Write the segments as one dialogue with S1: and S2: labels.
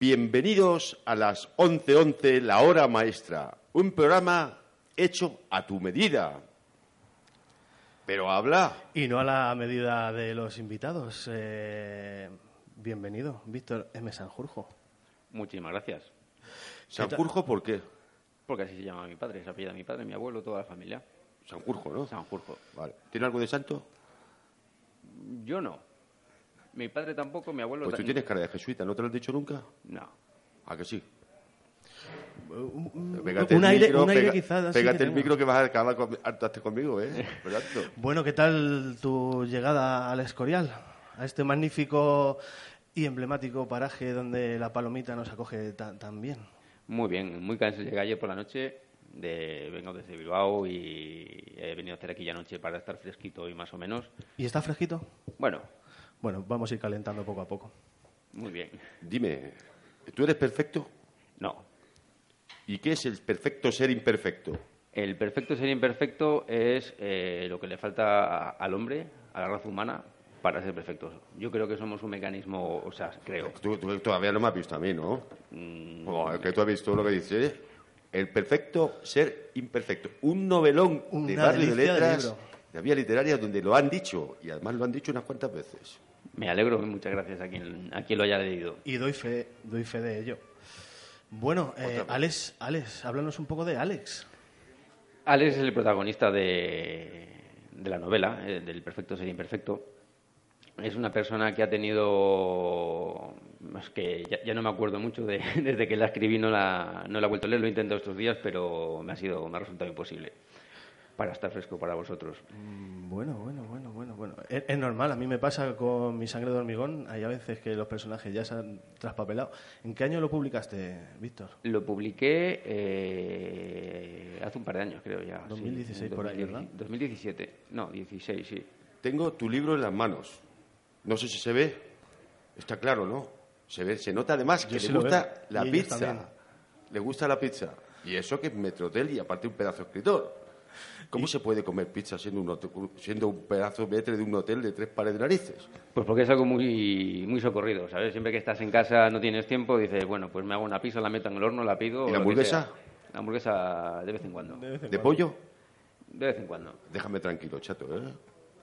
S1: Bienvenidos a las 11.11, la hora maestra, un programa hecho a tu medida. Pero habla,
S2: Y no a la medida de los invitados. Eh, bienvenido, Víctor M. Sanjurjo.
S3: Muchísimas gracias.
S1: Sanjurjo, ¿por qué?
S3: Porque así se llama mi padre, se apellida mi padre, mi abuelo, toda la familia.
S1: Sanjurjo, ¿no?
S3: Sanjurjo.
S1: Vale. ¿Tiene algo de santo?
S3: Yo no. Mi padre tampoco, mi abuelo
S1: Pues tú
S3: ta-
S1: tienes cara de jesuita, ¿no te lo han dicho nunca?
S3: No.
S1: ¿A que sí? Mm,
S2: Un aire, un aire quizás. así
S1: pégate
S2: que
S1: el
S2: tenga.
S1: micro que vas a acabar con- hartarte conmigo, ¿eh? Fernando.
S2: Bueno, ¿qué tal tu llegada al Escorial? A este magnífico y emblemático paraje donde la palomita nos acoge ta- tan bien.
S3: Muy bien, muy cansado. Llegué ayer por la noche, de, vengo desde Bilbao y he venido a hacer aquí ya noche para estar fresquito y más o menos.
S2: ¿Y está fresquito?
S3: Bueno,
S2: Bueno, vamos a ir calentando poco a poco.
S3: muy bien.
S1: Dime, ¿tú eres perfecto?
S3: No.
S1: ¿Y qué es el perfecto ser imperfecto?
S3: El perfecto ser imperfecto es eh, lo que le falta a- al hombre, a la raza humana, para ser perfectos. Yo creo que somos un mecanismo, o sea, creo.
S1: Tú, tú todavía no me has visto a mí, ¿no? Joder, que tú has visto lo que dice. El perfecto ser imperfecto. Un novelón de
S2: Una
S1: barrio de
S2: delicia de
S1: letras,
S2: libro.
S1: de vía literaria, donde lo han dicho, y además lo han dicho unas cuantas veces.
S3: Me alegro, muchas gracias a quien, a quien lo haya leído.
S2: Y doy fe, doy fe de ello. Bueno, eh, Alex, Alex, háblanos un poco de Alex.
S3: Alex es el protagonista de, de la novela, eh, del perfecto ser imperfecto. Es una persona que ha tenido. Es que ya, ya no me acuerdo mucho de- desde que la escribí, no la, no la he vuelto a leer, lo he intentado estos días, pero me ha, sido, me ha resultado imposible para estar fresco para vosotros.
S2: Bueno, bueno, bueno, bueno, bueno. Es, es normal, a mí me pasa con mi sangre de hormigón. Hay a veces que los personajes ya se han traspapelado. ¿En qué año lo publicaste, Víctor?
S3: Lo publiqué eh, hace un par de años, creo ya. sí,
S2: 2016 por ahí, ¿verdad?
S3: 2017, no, 16, sí.
S1: Tengo tu libro en las manos. No sé si se ve. Está claro, ¿no? Se ve, se nota además que
S2: Yo sí
S1: le
S2: lo
S1: gusta
S2: veo.
S1: la
S2: Y ellos
S1: pizza.
S2: también.
S1: Le gusta la pizza. Y eso que es Metrotel y aparte un pedazo de escritor. ¿Cómo se puede comer pizza siendo un, hotel- siendo un pedazo metre de un hotel de tres pares de narices?
S3: Pues porque es algo muy, muy socorrido, ¿sabes? Siempre que estás en casa, no tienes tiempo, dices, bueno, pues me hago una pizza, la meto en el horno, la pido.
S1: ¿Y la
S3: o lo que
S1: hamburguesa?
S3: sea. La hamburguesa de vez en cuando. De
S1: ¿De pollo?
S3: vez en cuando.
S1: Déjame tranquilo, chato, ¿eh?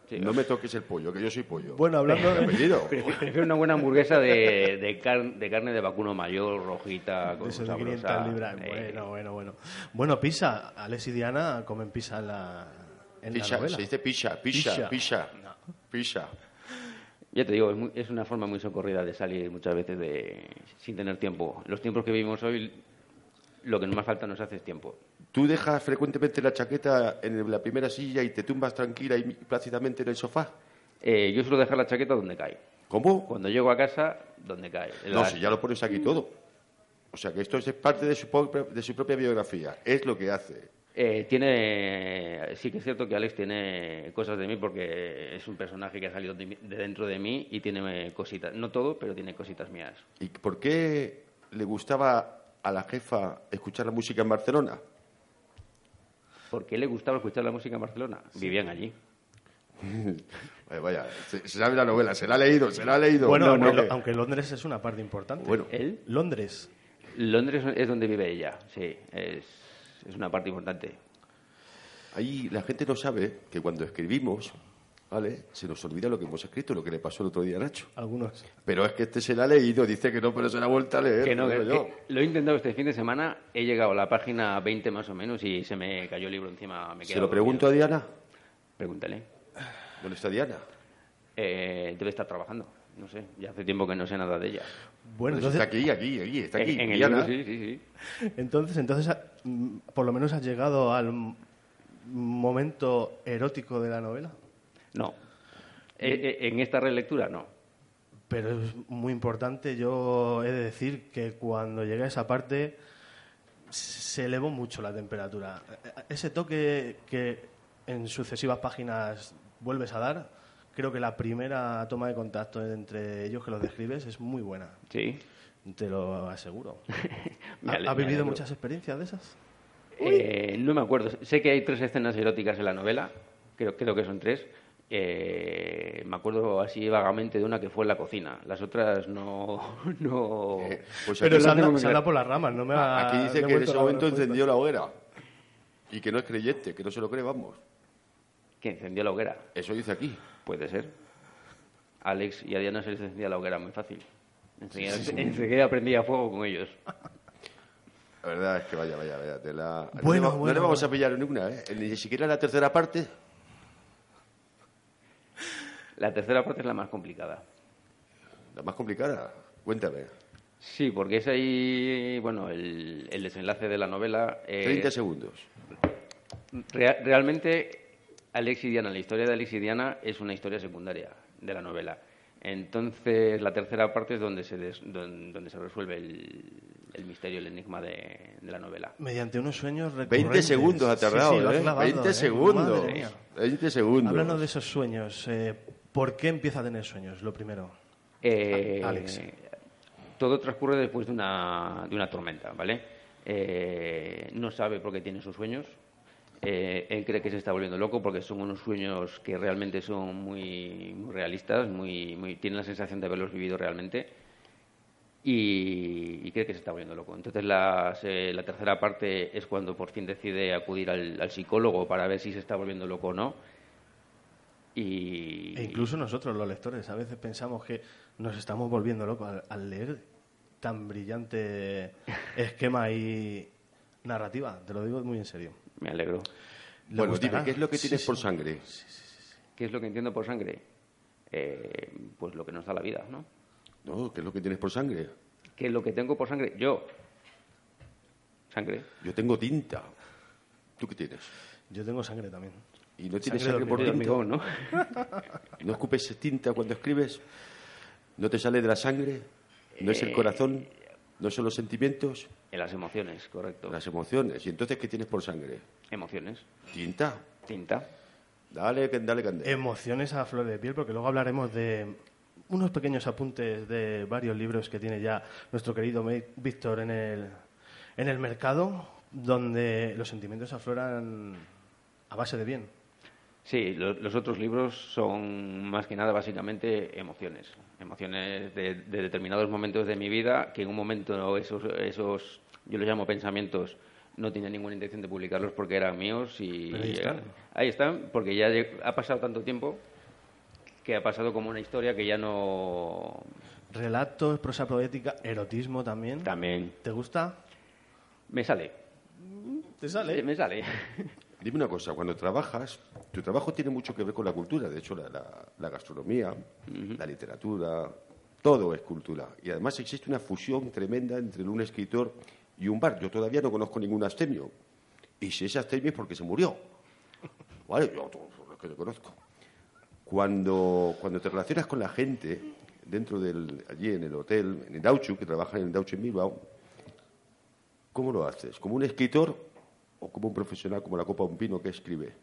S3: Sí.
S1: no me toques el pollo, que yo soy pollo.
S2: Bueno, hablando
S1: Mi
S2: de,
S1: apellido.
S3: Prefiero prefiero una buena hamburguesa de, de, car- de carne de vacuno mayor, rojita, con
S2: eso de
S3: sabrosa.
S2: 500 libras.
S3: Eh,
S2: Bueno, bueno, bueno. Bueno, pizza. Alex y Diana comen pizza en la, en la
S1: Pizza,
S2: novela.
S1: se dice pizza, pizza,
S2: Pizza.
S1: pizza. Pizza.
S3: Ya te digo, es, muy- es una forma muy socorrida de salir muchas veces de, sin tener tiempo. Los tiempos que vivimos hoy, lo que más falta nos hace es tiempo.
S1: ¿Tú dejas frecuentemente la chaqueta en la primera silla y te tumbas tranquila y plácidamente en el sofá?
S3: Eh, yo suelo dejar la chaqueta donde cae.
S1: ¿Cómo?
S3: Cuando llego a casa, donde cae.
S1: No,
S3: La-
S1: si ya lo pones aquí todo. O sea, que esto es parte de su, po- de su propia biografía. Es lo que hace.
S3: Eh, tiene, sí que es cierto que Alex tiene cosas de mí porque es un personaje que ha salido de, mí- de dentro de mí y tiene cositas, no todo, pero tiene cositas mías.
S1: ¿Y por qué le gustaba a la jefa escuchar la música en Barcelona?
S3: ¿Por qué le gustaba escuchar la música en Barcelona? Vivían allí.
S1: Vaya, vaya, se, se sabe la novela, se la ha leído, se la ha leído.
S2: Bueno,
S1: No,
S2: aunque,
S1: no,
S2: Lo-
S1: que-
S2: aunque Londres es una parte importante.
S1: Bueno.
S3: ¿Él?
S2: Londres.
S3: Londres es donde vive ella, sí, es, es una parte importante.
S1: Ahí la gente no sabe que cuando escribimos, ¿vale? Se nos olvida lo que hemos escrito, lo que le pasó el otro día a Nacho.
S2: Algunos.
S1: Pero es que este se la ha leído, dice que no, pero se la ha vuelto a leer.
S3: Que no,
S1: lo
S3: que-
S1: digo yo.
S3: que lo he intentado este fin de semana, he llegado a la página 20 más o menos y se me cayó el libro encima. Me he
S1: Se
S3: quedado
S1: lo pregunto a
S3: dormido.
S1: Diana.
S3: Pregúntale.
S1: ¿Dónde está Diana?
S3: Eh, debe estar trabajando, no sé, ya hace tiempo que no sé nada de ella.
S2: Bueno,
S1: Pues
S2: entonces,
S1: está aquí, aquí, aquí, está aquí.
S3: En, en el
S1: Diana.
S3: libro, sí, sí, sí.
S2: entonces, entonces, ah, mm, por lo menos has llegado al m- momento erótico de la novela.
S3: No. Eh, eh, en esta relectura, no.
S2: Pero es muy importante, yo he de decir que cuando llegué a esa parte se elevó mucho la temperatura. Ese toque que en sucesivas páginas vuelves a dar, creo que la primera toma de contacto entre ellos que los describes es muy buena,
S3: Sí.
S2: te lo aseguro.
S3: Me
S2: ¿Ha-
S3: ale-
S2: ¿Has
S3: me
S2: vivido
S3: alegro.
S2: muchas experiencias de esas?
S3: Eh, no me acuerdo. Sé que hay tres escenas eróticas en la novela. Creo, creo que son tres. Eh, me acuerdo así vagamente de una que fue en la cocina. Las otras no. no...
S1: Eh, pues
S2: Pero
S1: aquí,
S2: se
S3: la-
S2: anda,
S3: tengo
S2: se
S3: que-
S2: anda por las ramas, no me ha...
S1: aquí dice
S2: me ha
S1: que en
S2: vuelto
S1: ese
S2: la
S1: momento
S2: respuesta.
S1: encendió la hoguera y que no es creyente, que no se lo cree, vamos.
S3: que encendió la hoguera.
S1: Eso dice aquí.
S3: Puede ser. A Alex y a Diana se les encendía la hoguera muy fácil. Enseguida, enseguida prendía fuego con ellos.
S1: La verdad es que vaya, vaya, vaya. te la- no
S2: Bueno,
S1: le va- no,
S2: bueno,
S1: le vamos
S2: bueno.
S1: a pillar ninguna, ¿eh? Ni siquiera la tercera parte.
S3: La tercera parte es la más complicada.
S1: La más complicada. Cuéntame.
S3: Sí, porque es ahí, bueno, el, el desenlace de la novela. eh,
S1: 30 segundos.
S3: rea- realmente, Alex y Diana, la historia de Alex y Diana es una historia secundaria de la novela. Entonces, la tercera parte es donde se, des- don- donde se resuelve el, el misterio, el enigma de, de la novela.
S2: Mediante unos sueños
S1: 20
S2: recurrentes.
S1: segundos ha
S2: Sí, sí,
S1: tardado,
S2: lo has
S1: ¿eh?
S2: clavado,
S1: 20
S2: ¿eh?
S1: segundos.
S2: Madre mía.
S1: 20 segundos.
S2: Háblanos de esos sueños. eh, ¿Por qué empieza a tener sueños? Lo primero.
S3: Eh,
S2: Ah, Alex.
S3: Todo transcurre después de una, de una tormenta, ¿vale? Eh, no sabe por qué tiene sus sueños. Eh, él cree que se está volviendo loco porque son unos sueños que realmente son muy, muy realistas, muy, muy, tiene la sensación de haberlos vivido realmente y, y cree que se está volviendo loco. Entonces la, se- la tercera parte es cuando por fin decide acudir al, al psicólogo para ver si se está volviendo loco o no. Y,
S2: E incluso nosotros, los lectores, a veces pensamos que nos estamos volviendo locos al, al leer tan brillante esquema y narrativa. Te lo digo muy en serio.
S3: me alegro.
S2: Le
S1: Bueno,
S2: gustará.
S1: dime, ¿qué es lo que
S2: Sí,
S1: tienes
S2: sí.
S1: por sangre?
S3: ¿Qué es lo que entiendo por sangre? Eh, pues lo que nos da la vida, ¿no?
S1: No, ¿qué es lo que tienes por sangre?
S3: ¿Qué es lo que tengo por sangre? Yo. Sangre.
S1: Yo tengo tinta. ¿Tú qué tienes?
S2: Yo tengo sangre también.
S1: Y no tienes
S2: Sangre
S1: sangre, por
S3: De
S1: tinta.
S3: hormigón, ¿no?
S1: No escupes tinta cuando escribes. No te sale de la sangre. No es el corazón. No son los sentimientos.
S3: En las emociones, correcto.
S1: Las emociones. ¿Y entonces qué tienes por sangre?
S3: Emociones.
S1: Tinta.
S3: Tinta.
S1: Dale, que- dale, candela.
S2: Emociones a flor de piel, porque luego hablaremos de unos pequeños apuntes de varios libros que tiene ya nuestro querido Me- Víctor en el, en el mercado, donde los sentimientos afloran a base de bien.
S3: Sí, lo- los otros libros son más que nada básicamente emociones. Emociones de, de determinados momentos de mi vida que en un momento esos, esos yo los llamo pensamientos, no tenía ninguna intención de publicarlos porque eran míos y
S2: Pero ahí están.
S3: ahí están, porque ya lle- ha pasado tanto tiempo que ha pasado como una historia que ya no...
S2: Relatos, prosa poética, erotismo también.
S3: También
S2: ¿Te gusta?
S3: me sale,
S2: ¿Te
S3: me sale.
S1: Dime una cosa, cuando trabajas, tu trabajo tiene mucho que ver con la cultura, de hecho la, la- la gastronomía, la literatura, todo es cultura. Y además existe una fusión tremenda entre un escritor y un bar. Yo todavía no conozco ningún astemio. Y si es astemio es porque se murió. Vale, yo to- los que lo conozco. Cuando, cuando te relacionas con la gente, dentro del, allí en el hotel, en el Dauchu, que trabajan en el Dauchu en Bilbao, ¿Cómo lo haces? ¿Como un escritor o como un profesional como la copa de un pino que escribe?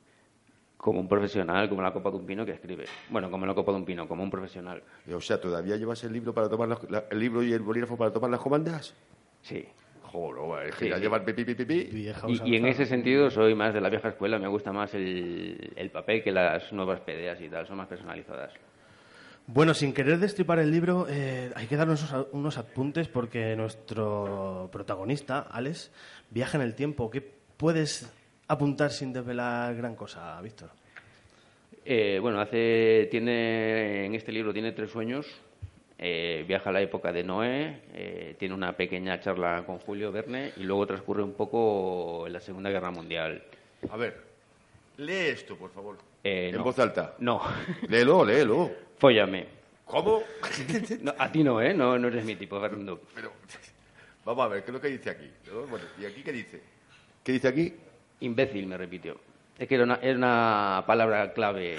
S3: Como un profesional, como la copa de un pino que escribe. Bueno, como la copa de un pino, como un profesional.
S1: Eh, O sea, ¿todavía llevas el libro para tomar las- la- el libro y el bolígrafo para tomar las comandas?
S3: Sí,
S1: Joder, es que
S3: Sí.
S1: ya llevar pi, pi, pi, pi, pi.
S3: Y, y en ese sentido soy más de la vieja escuela, me gusta más el, el papel que las nuevas PDAs y tal, son más personalizadas.
S2: Bueno, sin querer destripar el libro, eh, hay que darnos unos, unos apuntes porque nuestro protagonista, Alex, viaja en el tiempo. ¿Qué puedes apuntar sin desvelar gran cosa, Víctor?
S3: Eh, bueno, hace, tiene, en este libro tiene tres sueños, eh, viaja a la época de Noé, eh, tiene una pequeña charla con Julio Verne y luego transcurre un poco en la Segunda Guerra Mundial.
S1: A ver, lee esto, por favor.
S3: Eh,
S1: en
S3: no.
S1: voz alta.
S3: No,
S1: Léelo, léelo.
S3: fóllame.
S1: ¿Cómo?
S3: No, a ti no, ¿eh? No, no eres mi tipo, Fernando.
S1: Pero, vamos a ver, ¿qué es lo que dice aquí? ¿No? Bueno, ¿y aquí qué dice? ¿Qué dice aquí?
S3: Imbécil, me repitió. Es que era una, era una palabra clave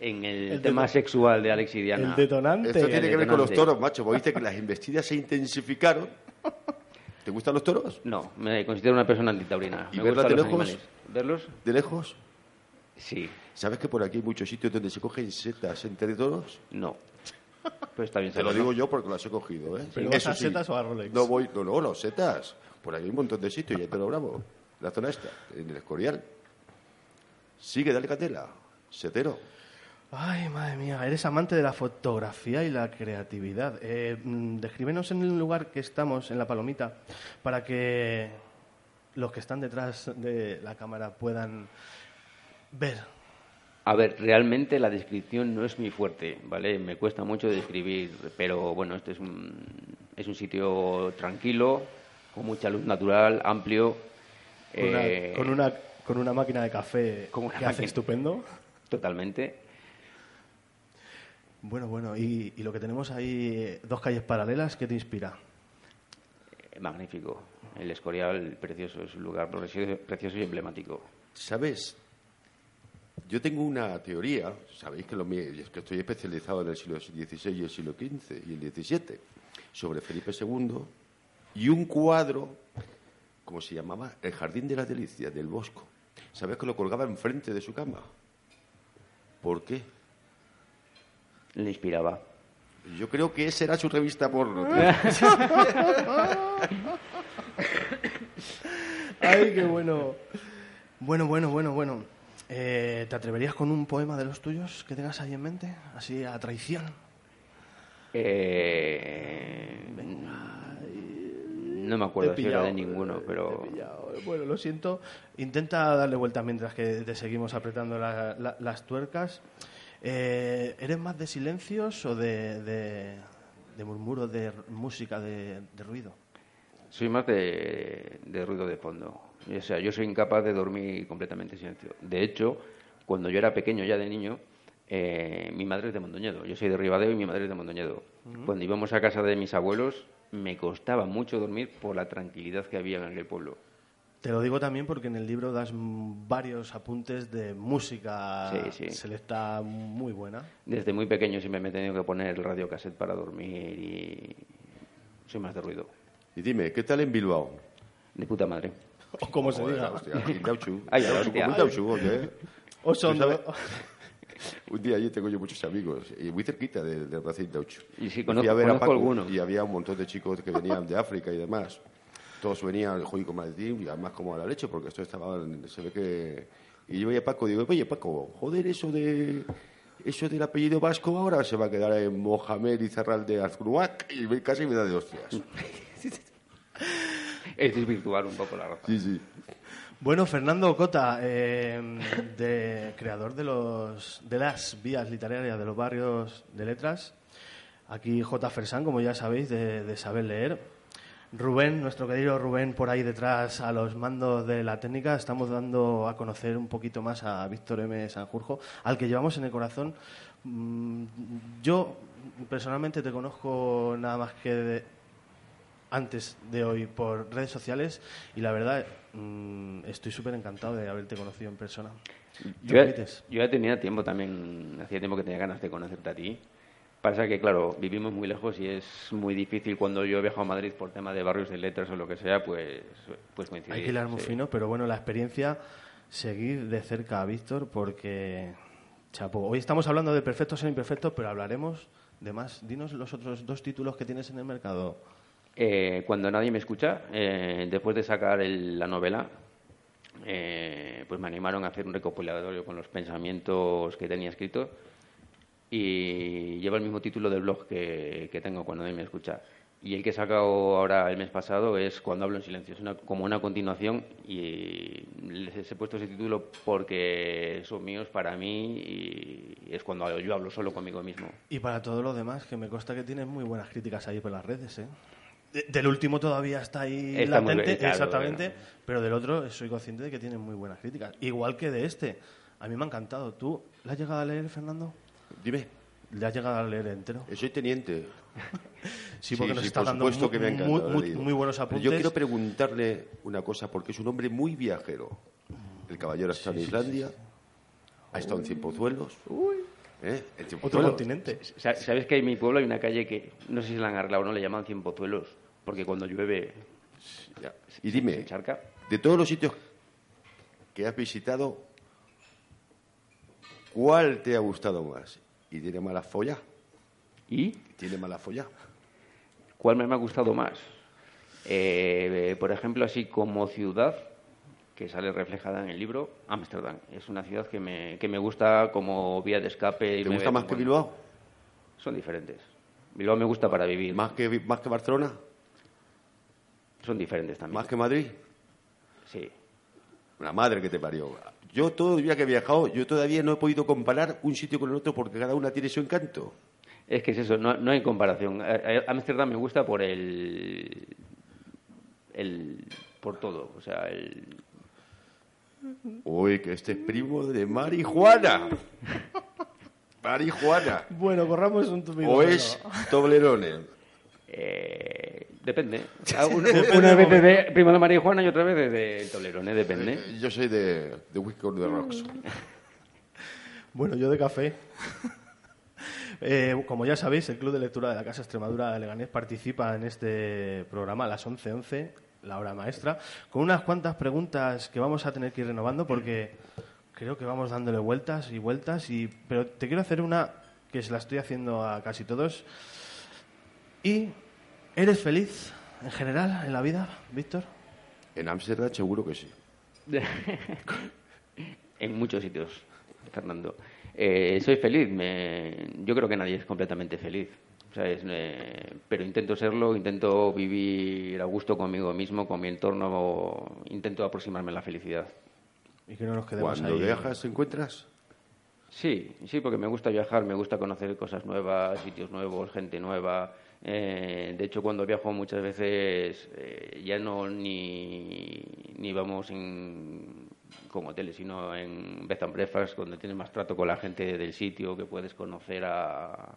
S3: en el,
S2: El
S3: tema
S2: deto-
S3: sexual de Alex y Diana.
S2: El detonante.
S1: Esto tiene que ver con los
S3: detonante.
S1: toros, macho. ¿Vos viste que las embestidas se intensificaron? ¿Te gustan los toros?
S3: No, me considero una persona antitaurina.
S1: ¿Y
S3: me
S1: verla
S3: gustan
S1: de
S3: los
S1: lejos?
S3: animales. ¿Verlos?
S1: ¿De lejos?
S3: Sí,
S1: ¿Sabes que por aquí hay muchos sitios donde se cogen setas entre toros?
S3: no. Pues está bien
S1: Te lo
S3: saberlo.
S1: digo yo porque las he cogido, ¿eh?
S2: Pero
S1: Eso
S2: ¿vas a setas o a Rolex?
S1: No voy, no, no, no, setas. Por aquí hay un montón de sitios, ya te lo grabo. La zona esta, en el Escorial. Sigue, dale catela. Setero.
S2: Ay, madre mía, eres amante de la fotografía y la creatividad. Eh, mm, descríbenos en el lugar que estamos, en la palomita, para que los que están detrás de la cámara puedan ver.
S3: A ver, realmente la descripción no es muy fuerte, ¿vale? Me cuesta mucho describir, pero bueno, este es un, es un sitio tranquilo, con mucha luz natural, amplio.
S2: Con, una-
S3: eh,
S2: con una, con una máquina de café
S3: Con una
S2: que hace
S3: máquina.
S2: estupendo.
S3: Totalmente.
S2: Bueno, bueno, y, y lo que tenemos ahí, eh, dos calles paralelas, ¿qué te inspira?
S3: eh, Magnífico. El Escorial, precioso, es un lugar precio- precioso y emblemático.
S1: ¿Sabes? Yo tengo una teoría, sabéis que, lo mío- es que estoy especializado en el siglo XVI y el siglo XV y el XVII, sobre Felipe II y un cuadro, ¿cómo se llamaba? El Jardín de las Delicias, del Bosco. ¿Sabes que lo colgaba enfrente de su cama? ¿Por qué?
S3: Le inspiraba.
S1: Yo creo que esa era su revista porno. tío.
S3: Ah.
S2: Ay, qué bueno. Bueno, bueno, bueno, bueno. Eh, ¿Te atreverías con un poema de los tuyos que tengas ahí en mente? Así a traición.
S3: Eh, no me acuerdo
S2: Te he
S3: si era de
S2: pillado,
S3: ninguno,
S2: eh,
S3: pero
S2: te he pillado. Bueno, lo siento. Intenta darle vuelta mientras que te seguimos apretando la- la- las tuercas. Eh, ¿Eres más de silencios o de, de- de murmuros de r- música, de, de ruido?
S3: soy más de, de ruido de fondo. O sea, yo soy incapaz de dormir completamente en silencio. De hecho, cuando yo era pequeño, ya de niño, eh, mi madre es de Mondoñedo. Yo soy de Ribadeo y mi madre es de Mondoñedo. Cuando íbamos a casa de mis abuelos, me costaba mucho dormir por la tranquilidad que había en aquel pueblo.
S2: Te lo digo también porque en el libro das mm, varios apuntes de música
S3: Sí, sí.
S2: selecta muy buena.
S3: Desde muy pequeño siempre me he tenido que poner el radiocassette para dormir y soy más de ruido.
S1: Y dime, ¿qué tal en Bilbao?
S3: De puta madre.
S2: O como se
S1: Joder,
S2: diga.
S1: hostia, Indautxu.
S3: Ay,
S1: Indautxu,
S3: hostia.
S1: como Indautxu, oye, ¿eh?
S2: O son
S1: ¿Tú sabes? Un día allí tengo yo muchos amigos, y muy cerquita de, de Plaza Indaucho.
S3: Y sí,
S1: Fui
S3: conozco-
S1: a ver a
S3: conozco
S1: Paco
S3: alguno.
S1: Y había un montón de chicos que venían de África y demás. Todos venían, joder, como al team, y además como a la leche, porque esto estaba, en- se ve que... Y yo veía a Paco y digo, oye, Paco, joder, eso de... Eso del apellido vasco ahora se va a quedar en Mohamed Izarral de Azcruac y me- casi me da de hostias.
S3: Es desvirtuar un poco la raza.
S1: Sí, sí.
S2: Bueno, Fernando Cota, eh, de, creador de, los, de las vías literarias de los barrios de letras. Aquí J. Fersán, como ya sabéis, de, de Saber Leer. Rubén, nuestro querido Rubén, por ahí detrás a los mandos de la técnica. Estamos dando a conocer un poquito más a Víctor M. Sanjurjo, al que llevamos en el corazón. Mm, Yo personalmente te conozco nada más que de, antes de hoy por redes sociales y la verdad mm, estoy súper encantado de haberte conocido en persona.
S3: Yo ya,
S2: Transmites.
S3: yo ya tenía tiempo también, hacía tiempo que tenía ganas de conocerte a ti. Pasa que, claro, vivimos muy lejos y es muy difícil cuando yo he viajado a Madrid por tema de barrios de letras o lo que sea, pues, pues coincidir.
S2: Hay que hilar muy
S3: sí.
S2: fino, pero bueno, la experiencia, seguir de cerca a Víctor porque, chapo, hoy estamos hablando de perfectos e imperfectos, pero hablaremos de más. Dinos los otros dos títulos que tienes en el mercado.
S3: Eh, cuando nadie me escucha, eh, después de sacar el- la novela, eh, pues me animaron a hacer un recopilatorio con los pensamientos que tenía escrito y lleva el mismo título del blog que, que tengo cuando nadie me escucha. Y el que he sacado ahora el mes pasado es Cuando hablo en silencio, es una- como una continuación y les he puesto ese título porque son míos para mí y es cuando yo hablo solo conmigo mismo.
S2: Y para todos los demás, que me consta que tienes muy buenas críticas ahí por las redes, ¿eh? De- Del último todavía está ahí
S3: Está muy
S2: latente,
S3: bien, claro,
S2: exactamente,
S3: bueno.
S2: pero del otro soy consciente de que tienes muy buenas críticas. Igual que de este. A mí me ha encantado. ¿Tú la has llegado a leer, Fernando?
S1: Dime,
S2: ¿Le has llegado a leer entero?
S1: soy teniente.
S2: Sí, porque
S1: Sí,
S2: nos
S1: sí,
S2: está
S1: por
S2: dando
S1: supuesto
S2: muy,
S1: que me ha
S2: muy-
S1: encantado,
S2: muy-
S1: David.
S2: muy buenos
S1: Pero
S2: apuntes.
S1: Yo quiero preguntarle una cosa, porque es un hombre muy viajero. El caballero ha estado en Islandia, ha estado en Cienpozuelos. ¿eh? En
S2: Otro
S1: Cienpozuelos.
S2: continente.
S3: Sa- ¿Sabes que en mi pueblo hay una calle que no sé si la han arreglado o no, le llaman Cien Pozuelos? Porque cuando llueve
S1: Ya. Y dime,
S3: se charca.
S1: de todos los sitios que has visitado, ¿cuál te ha gustado más? ¿Y tiene mala folla?
S3: ¿Y
S1: ¿Tiene mala folla?
S3: cuál me ha gustado más? Eh, por ejemplo, así como ciudad, que sale reflejada en el libro, Ámsterdam. Es una ciudad que me, que me gusta como vía de escape. Y
S1: ¿Te
S3: me
S1: gusta
S3: ve-
S1: más que Bilbao?
S3: Son diferentes. Bilbao me gusta para vivir.
S1: ¿Más que, más que Barcelona?
S3: Son diferentes también.
S1: ¿Más que Madrid?
S3: Sí.
S1: La madre que te parió. Yo todavía que he viajado, yo todavía no he podido comparar un sitio con el otro porque cada una tiene su encanto.
S3: Es que es eso, no, no hay comparación. A- a- Ámsterdam me gusta por el, el... por todo. O sea, el...
S1: Uy, que este es primo de Marijuana. Marijuana.
S2: Bueno, corramos un tupido.
S1: O
S2: velo.
S1: es Toblerone.
S3: eh, depende. Ah, un-
S2: Depende
S3: Una
S2: del
S3: vez
S2: momento.
S3: de Primo de Marijuana y otra vez de, de Tolerón, ¿eh? depende.
S1: Eh, Yo soy de, de Whisky on the Rocks.
S2: Bueno, yo de café. Eh, como ya sabéis, el Club de Lectura de la Casa Extremadura de Leganés participa en este programa a las 11.11, la hora maestra, con unas cuantas preguntas que vamos a tener que ir renovando porque creo que vamos dándole vueltas y vueltas. Y, pero te quiero hacer una que se la estoy haciendo a casi todos. ¿Y eres feliz en general en la vida, Víctor?
S1: En Ámsterdam seguro que sí.
S3: en muchos sitios, Fernando. Eh, soy feliz. me- Yo creo que nadie es completamente feliz. ¿sabes? Eh, pero intento serlo, intento vivir a gusto conmigo mismo, con mi entorno, intento aproximarme a la felicidad.
S2: Y que no nos quedemos
S1: Cuando
S2: ahí.
S1: viajas, ¿encuentras?
S3: Sí, sí, porque me gusta viajar, me gusta conocer cosas nuevas, sitios nuevos, gente nueva. Eh, de hecho, cuando viajo muchas veces eh, ya no ni, ni vamos en- con hoteles, sino en bed and breakfast, donde tienes más trato con la gente del sitio, que puedes conocer a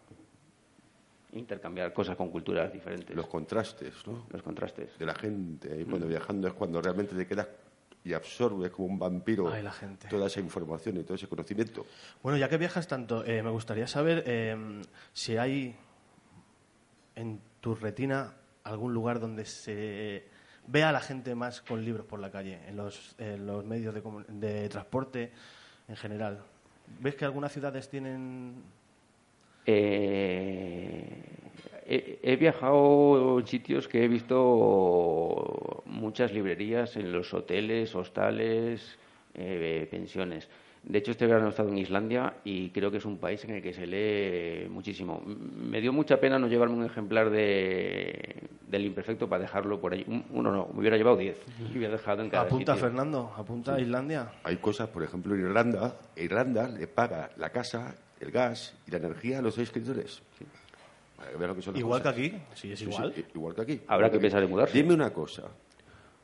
S3: intercambiar cosas con culturas diferentes.
S1: Los contrastes, ¿no?
S3: Los contrastes.
S1: De la gente. Ahí
S2: Mm.
S1: cuando viajando es cuando realmente te quedas y absorbes como un vampiro
S2: Ay, la gente.
S1: toda esa información y todo ese conocimiento.
S2: Bueno, ya que viajas tanto, eh, me gustaría saber eh, si hay en tu retina algún lugar donde se vea a la gente más con libros por la calle, en los, en los medios de, comu- de transporte en general. ¿Ves que algunas ciudades tienen...
S3: Eh, he, he viajado en sitios que he visto muchas librerías en los hoteles, hostales, eh, pensiones. De hecho, este verano he estado en Islandia y creo que es un país en el que se lee muchísimo. M- Me dio mucha pena no llevarme un ejemplar de, del imperfecto para dejarlo por ahí. Un- Uno no, me hubiera llevado diez y hubiera dejado en cada
S2: apunta
S3: sitio.
S2: Fernando, apunta Islandia.
S1: Hay cosas, por ejemplo, en Irlanda, Irlanda le paga la casa, el gas y la energía a los escritores. Para que vean lo que son las
S2: Igual que
S1: cosas.
S2: aquí, sí, es
S1: Sí, sí,
S2: igual.
S1: i- igual que aquí.
S3: Habrá que
S1: Igual
S3: pensar en
S1: aquí.
S3: mudarse.
S1: Dime una cosa.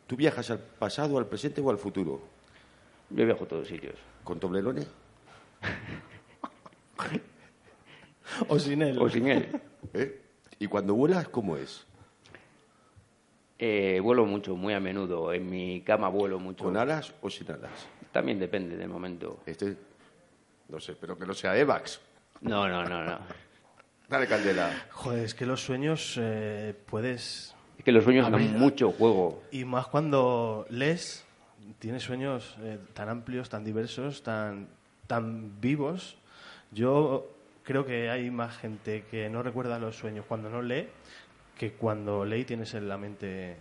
S1: ¿Tú viajas al pasado, al presente o al futuro?
S3: Yo viajo a todos sitios.
S1: ¿Con Toblerone?
S2: O sin él.
S3: O sin él.
S1: ¿Eh? ¿Y cuando vuelas, cómo es?
S3: Eh, vuelo mucho, muy a menudo. En mi cama vuelo mucho.
S1: ¿Con alas o sin alas?
S3: También depende del momento.
S1: Este, no sé, pero que no sea Evax.
S3: No, no, no, no.
S1: Dale, Candela.
S2: Joder, es que los sueños eh, puedes...
S3: Es que los sueños dan mucho juego.
S2: Y más cuando lees, tienes sueños eh, tan amplios, tan diversos, tan, tan vivos. Yo creo que hay más gente que no recuerda los sueños cuando no lee que cuando lee y tienes en la mente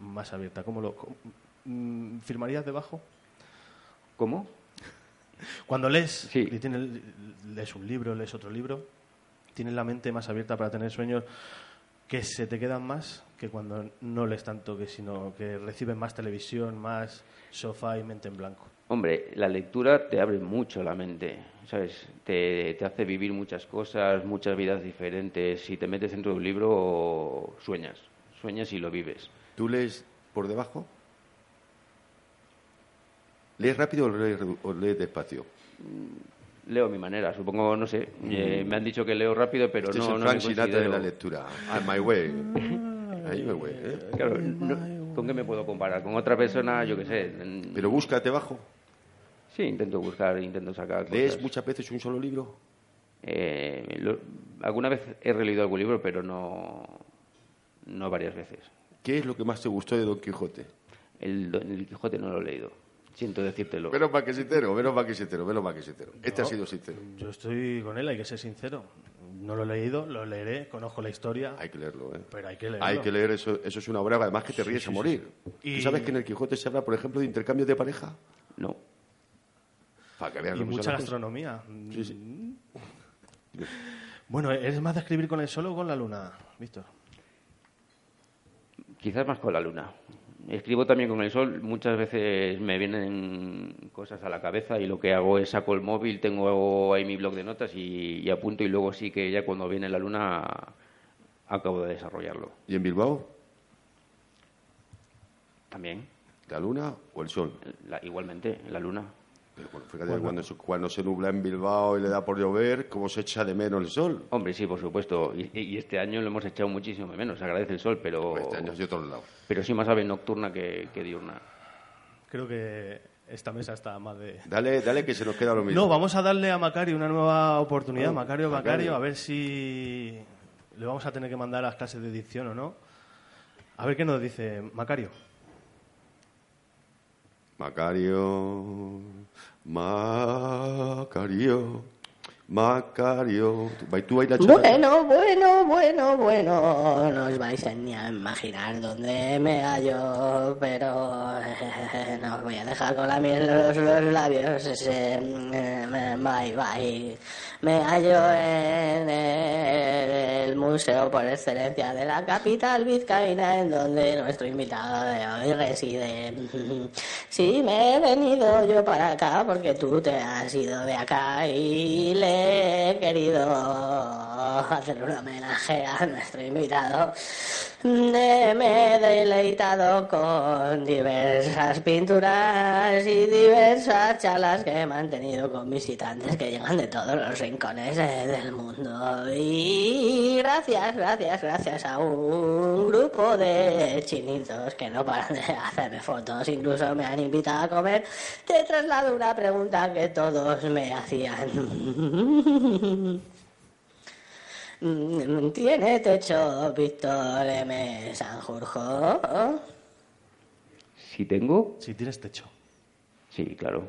S2: más abierta. ¿Cómo lo cómo- mm, firmarías debajo?
S3: ¿Cómo?
S2: Cuando lees,
S3: Sí.
S2: y tienes- lees un libro, lees otro libro, tienes la mente más abierta para tener sueños que se te quedan más que cuando no lees tanto, que sino que recibes más televisión, más sofá y mente en blanco.
S3: Hombre, la lectura te abre mucho la mente, ¿sabes? Te, te hace vivir muchas cosas, muchas vidas diferentes. Si te metes dentro de un libro, sueñas. Sueñas y lo vives.
S1: ¿Tú lees por debajo? ¿Lees rápido o lees, redu- o lees despacio?
S3: Leo a mi manera, supongo, no sé. Eh, me han dicho que leo rápido, pero
S1: Mm. Este
S3: no,
S1: es el
S3: no me
S1: Frank Sinatra de
S3: considero-
S1: la lectura. I'm Ah, my way. I'm my way. ¿eh?
S3: Claro, no- ¿Con qué me puedo comparar? ¿Con otra persona? Yo qué sé. en-
S1: Pero búscate abajo.
S3: Sí, intento buscar, intento sacar cosas.
S1: ¿Lees muchas veces un solo libro?
S3: Eh, lo- alguna vez he releído algún libro, pero no, no varias veces.
S1: ¿Qué es lo que más te gustó de Don Quijote?
S3: El, do- el Quijote no lo he leído. Siento decírtelo.
S1: Menos maquisitero, menos maquisitero, menos maquisitero. Este ha sido sincero.
S2: Yo estoy con él, hay que ser sincero. no lo he leído, lo leeré, conozco la historia,
S1: Hay que leerlo, ¿eh?
S2: pero hay que leerlo.
S1: Hay que leer eso, eso es una obra, además que te
S2: Sí,
S1: ríes
S2: sí,
S1: a
S2: sí.
S1: morir.
S2: Y-
S1: ¿Tú sabes que en el Quijote se habla, por ejemplo, de intercambios de pareja?
S3: No.
S1: Para que veas
S2: y
S1: cómo son
S2: mucha
S1: las cosas.
S2: gastronomía. Bueno, ¿eres más de escribir con el sol o con la luna, Víctor?
S3: Quizás más con la luna. Escribo también con el sol. Muchas veces me vienen cosas a la cabeza y lo que hago es saco el móvil, tengo ahí mi blog de notas y, y apunto y luego sí que ya cuando viene la luna acabo de desarrollarlo.
S1: ¿Y en Bilbao?
S3: También,
S1: ¿La luna o el sol?
S3: la- igualmente, la luna.
S1: Pero bueno, fíjate, cuando, se- cuando se nubla en Bilbao y le da por llover, ¿cómo se echa de menos el sol?
S3: Hombre, sí, por supuesto. Y, y este año lo hemos echado muchísimo de menos. Se agradece el sol, pero,
S1: Este año es de otro lado.
S3: pero sí más ave nocturna que, que diurna.
S2: Creo que esta mesa está más de...
S1: Dale, dale que se nos queda lo mismo.
S2: No, vamos a darle a Macario una nueva oportunidad.
S3: Ah,
S1: Oh,
S2: Macario,
S1: Macario.
S2: Macario, a ver si le vamos a tener que mandar a las clases de dicción o no. A ver qué nos dice Macario.
S1: Macario, Macario, Macario. Tú, vai- tú bailas chorra-
S4: Bueno, bueno, bueno, bueno, no os vais a ni a imaginar dónde me hallo, pero eh, no os voy a dejar con la miel los, los labios, ese, eh, me- bye, bye. Me hallo en el museo por excelencia de la capital vizcaína, en donde nuestro invitado de hoy reside. Sí, me he venido yo para acá porque tú te has ido de acá y le he querido hacer un homenaje a nuestro invitado. Eh, Me he deleitado con diversas pinturas y diversas charlas que he mantenido con visitantes que llegan de todos los rincones eh, del mundo. Y gracias, gracias, gracias a un grupo de chinitos que no paran de hacerme fotos, incluso me han invitado a comer, te traslado una pregunta que todos me hacían. Mm, ¿Tiene techo Víctor M. Sanjurjo?
S3: Si tengo,
S2: Si tienes techo.
S3: sí, claro.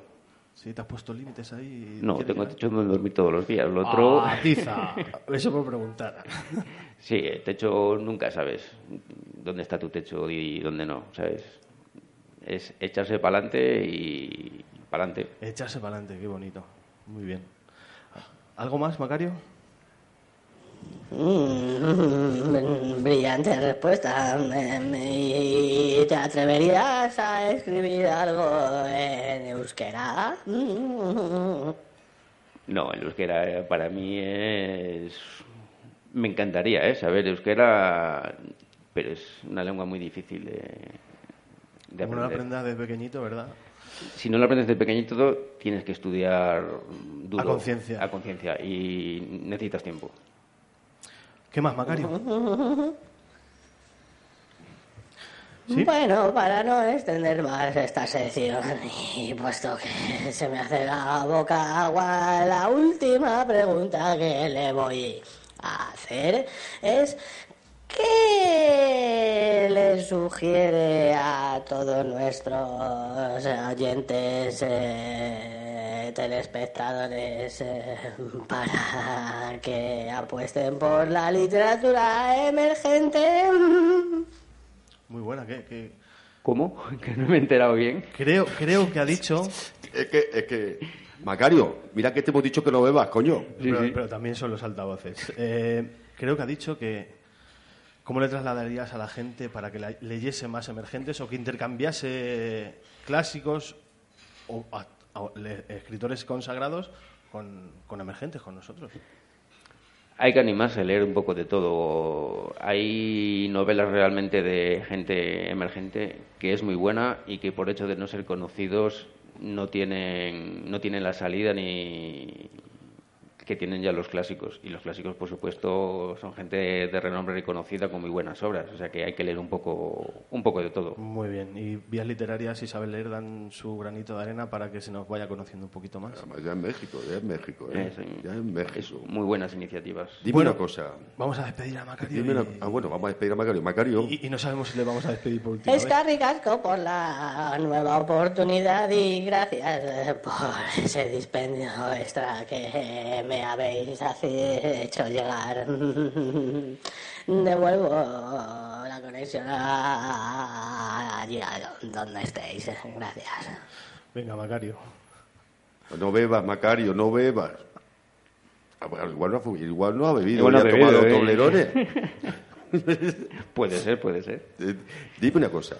S2: Si te has puesto límites ahí.
S3: No,
S2: ¿Tienes
S3: tengo
S2: que-
S3: techo donde dormir todos los días. Lo otro,
S2: Ah, tiza. Eso por preguntar.
S3: sí, el techo nunca sabes dónde está tu techo y dónde no, ¿sabes? Es echarse para adelante y para adelante.
S2: Echarse para adelante, qué bonito. Muy bien. ¿Algo más, Macario?
S4: Mm, Brillante respuesta. Mm, ¿Y te atreverías a escribir algo en euskera? Mm.
S3: No, el euskera eh, para mí es... Me encantaría ¿eh? saber euskera, pero es una lengua muy difícil de, de
S2: Como no lo
S3: aprender.
S2: aprendas de pequeñito, ¿verdad?
S3: si no lo aprendes de pequeñito, todo, tienes que estudiar duro.
S2: A conciencia.
S3: A conciencia. Y necesitas tiempo.
S2: ¿Qué más, Macario? ¿Sí?
S4: Bueno, para no extender más esta sección y puesto que se me hace la boca agua, la última pregunta que le voy a hacer es ¿qué le sugiere a todos nuestros oyentes, eh, telespectadores, eh, para que apuesten por la literatura emergente?
S2: Muy buena, ¿qué? qué?
S3: ¿Cómo? Que no me he enterado bien.
S2: Creo, creo que ha dicho.
S1: Es que, es que, Macario, mira que te hemos dicho que no bebas, coño.
S2: pero, pero también son los altavoces. Eh, creo que ha dicho que cómo le trasladarías a la gente para que la- leyese más emergentes o que intercambiase clásicos o a- a- le- escritores consagrados con, con emergentes, con nosotros.
S3: Hay que animarse a leer un poco de todo. Hay novelas realmente de gente emergente que es muy buena y que por hecho de no ser conocidos no tienen, no tienen la salida ni que tienen ya los clásicos. Y los clásicos, por supuesto, son gente de renombre reconocida con muy buenas obras. O sea que hay que leer un poco, un poco de todo.
S2: Muy bien. Y vías literarias y saber leer dan su granito de arena para que se nos vaya conociendo un poquito más.
S1: Además, ya en México, ya en México, ¿eh?
S3: Es, eh,
S1: Ya en México.
S3: es muy buenas iniciativas.
S1: Dime
S2: Bueno.
S1: una cosa.
S2: Vamos a despedir a Macario.
S1: Dime una-
S2: y-
S1: ah, bueno, vamos a despedir a Macario. Macario,
S2: y, y no sabemos si le vamos a despedir por última
S4: Es
S2: vez.
S4: Casco por la nueva oportunidad y gracias eh, por ese dispendio extra que me me habéis hecho llegar. Devuelvo la conexión a- allí a donde estéis. Gracias.
S2: Venga, Macario.
S1: No bebas, Macario, no bebas. Ah, bueno, Igual no, ha fu- igual no ha bebido,
S3: Igual
S1: ni
S3: no ha
S1: ha
S3: bebido,
S1: tomado
S3: ¿eh?
S1: toblerones.
S3: Puede ser, puede ser.
S1: Eh, Dime una cosa.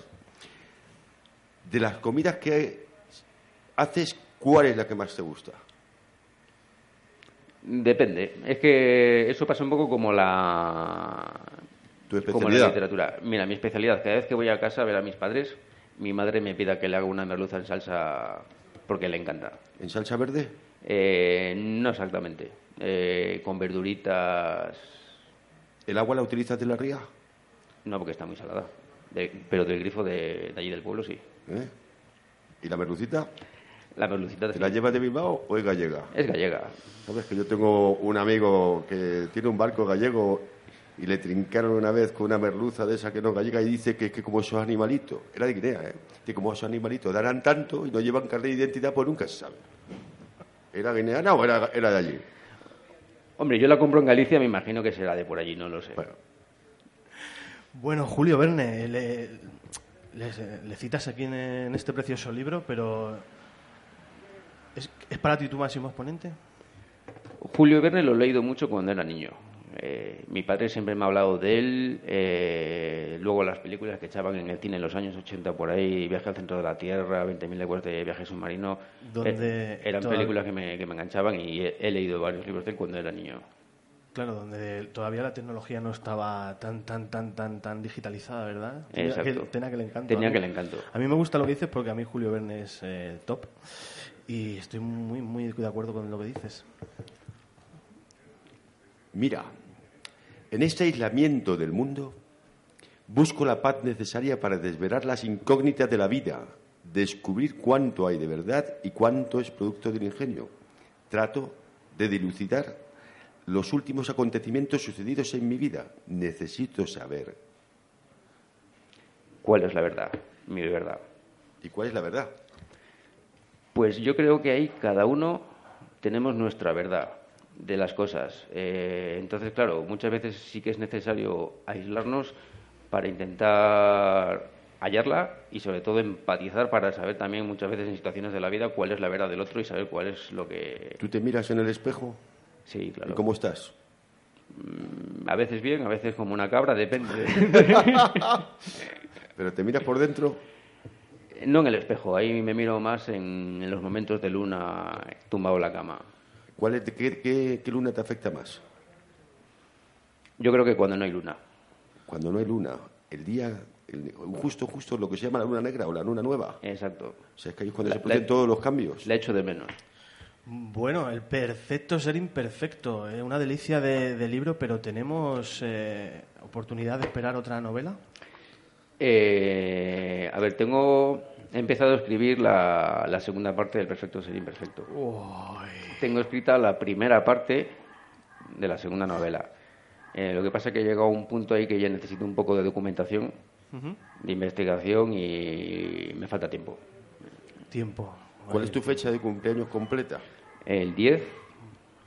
S1: De las comidas que haces, ¿cuál es la que más te gusta?
S3: Depende. Es que eso pasa un poco como la...
S1: Tu
S3: Como la
S1: especialidad.
S3: literatura. Mira, mi especialidad, cada vez que voy a casa a ver a mis padres, mi madre me pida que le haga una merluza en salsa porque le encanta.
S1: ¿En salsa verde?
S3: Eh, no exactamente. Eh, con verduritas.
S1: ¿El agua la utilizas de la ría?
S3: No, porque está muy salada. De- pero del grifo de, de allí del pueblo sí.
S1: ¿Eh? ¿Y la merlucita?
S3: La merlucita
S1: ¿Te la llevas de Bilbao o es gallega?
S3: es gallega.
S1: Sabes que yo tengo un amigo que tiene un barco gallego y le trincaron una vez con una merluza de esa que no es gallega y dice que, que como esos animalitos, era de Guinea, ¿eh? que como esos animalitos darán tanto y no llevan carnet de identidad, pues nunca se sabe. ¿Era guineana o era, era de allí?
S3: Hombre, yo la compro en Galicia, me imagino que será de por allí, no lo sé.
S1: Bueno,
S2: Bueno, Julio Verne, le, le- le citas aquí en, en este precioso libro, pero ¿es, es para ti tu máximo exponente?
S3: Julio Verne lo he leído mucho cuando era niño. Eh, mi padre siempre me ha hablado de él. eh, luego las películas que echaban en el cine en los años 80 por ahí, Viaje al centro de la Tierra, 20.000 leguas de viaje submarino,
S2: Donde
S3: eh, eran
S2: toda-
S3: películas que me, que me enganchaban y he, he leído varios libros de él cuando era niño.
S2: Claro, donde todavía la tecnología no estaba tan, tan, tan, tan, tan digitalizada, ¿verdad? Tenía
S3: Exacto.
S2: aquel- tenía aquel encanto.
S3: Tenía
S2: A mí-
S3: aquel encanto.
S2: A mí me gusta lo que dices porque a mí Julio Verne es eh, top y estoy muy, muy de acuerdo con lo que dices.
S1: mira, en este aislamiento del mundo busco la paz necesaria para desvelar las incógnitas de la vida, descubrir cuánto hay de verdad y cuánto es producto del ingenio. Trato de dilucidar los últimos acontecimientos sucedidos en mi vida. Necesito saber.
S3: ¿Cuál es la verdad? Mi verdad.
S1: ¿Y cuál es la verdad?
S3: Pues yo creo que ahí cada uno tenemos nuestra verdad de las cosas. Eh, entonces, claro, muchas veces sí que es necesario aislarnos para intentar hallarla y sobre todo empatizar para saber también muchas veces en situaciones de la vida cuál es la verdad del otro y saber cuál es lo que...
S1: Tú te miras en el espejo
S3: Sí, claro.
S1: y cómo estás.
S3: A veces bien, a veces como una cabra, depende.
S1: Pero te miras por dentro.
S3: no en el espejo, ahí me miro más en, en los momentos de luna tumbado en la cama.
S1: ¿Cuál es, qué, qué- qué luna te afecta más?
S3: Yo creo que cuando no hay luna.
S1: Cuando no hay luna, el día, el- justo, justo lo que se llama la luna negra o la luna nueva.
S3: Exacto.
S1: O sea, es que ahí es cuando
S3: La-
S1: se producen
S3: la-
S1: todos los cambios.
S3: La echo de menos.
S2: Bueno, el perfecto ser imperfecto, es una delicia de, de libro, pero tenemos eh, oportunidad de esperar otra novela.
S3: Eh, a ver, tengo. He empezado a escribir la, la segunda parte del Perfecto Ser Imperfecto. Tengo escrita la primera parte de la segunda novela. Eh, lo que pasa es que he llegado a un punto ahí que ya necesito un poco de documentación, de investigación y me falta tiempo.
S2: Tiempo.
S1: ¿Cuál es tu fecha de cumpleaños completa?
S3: El 10,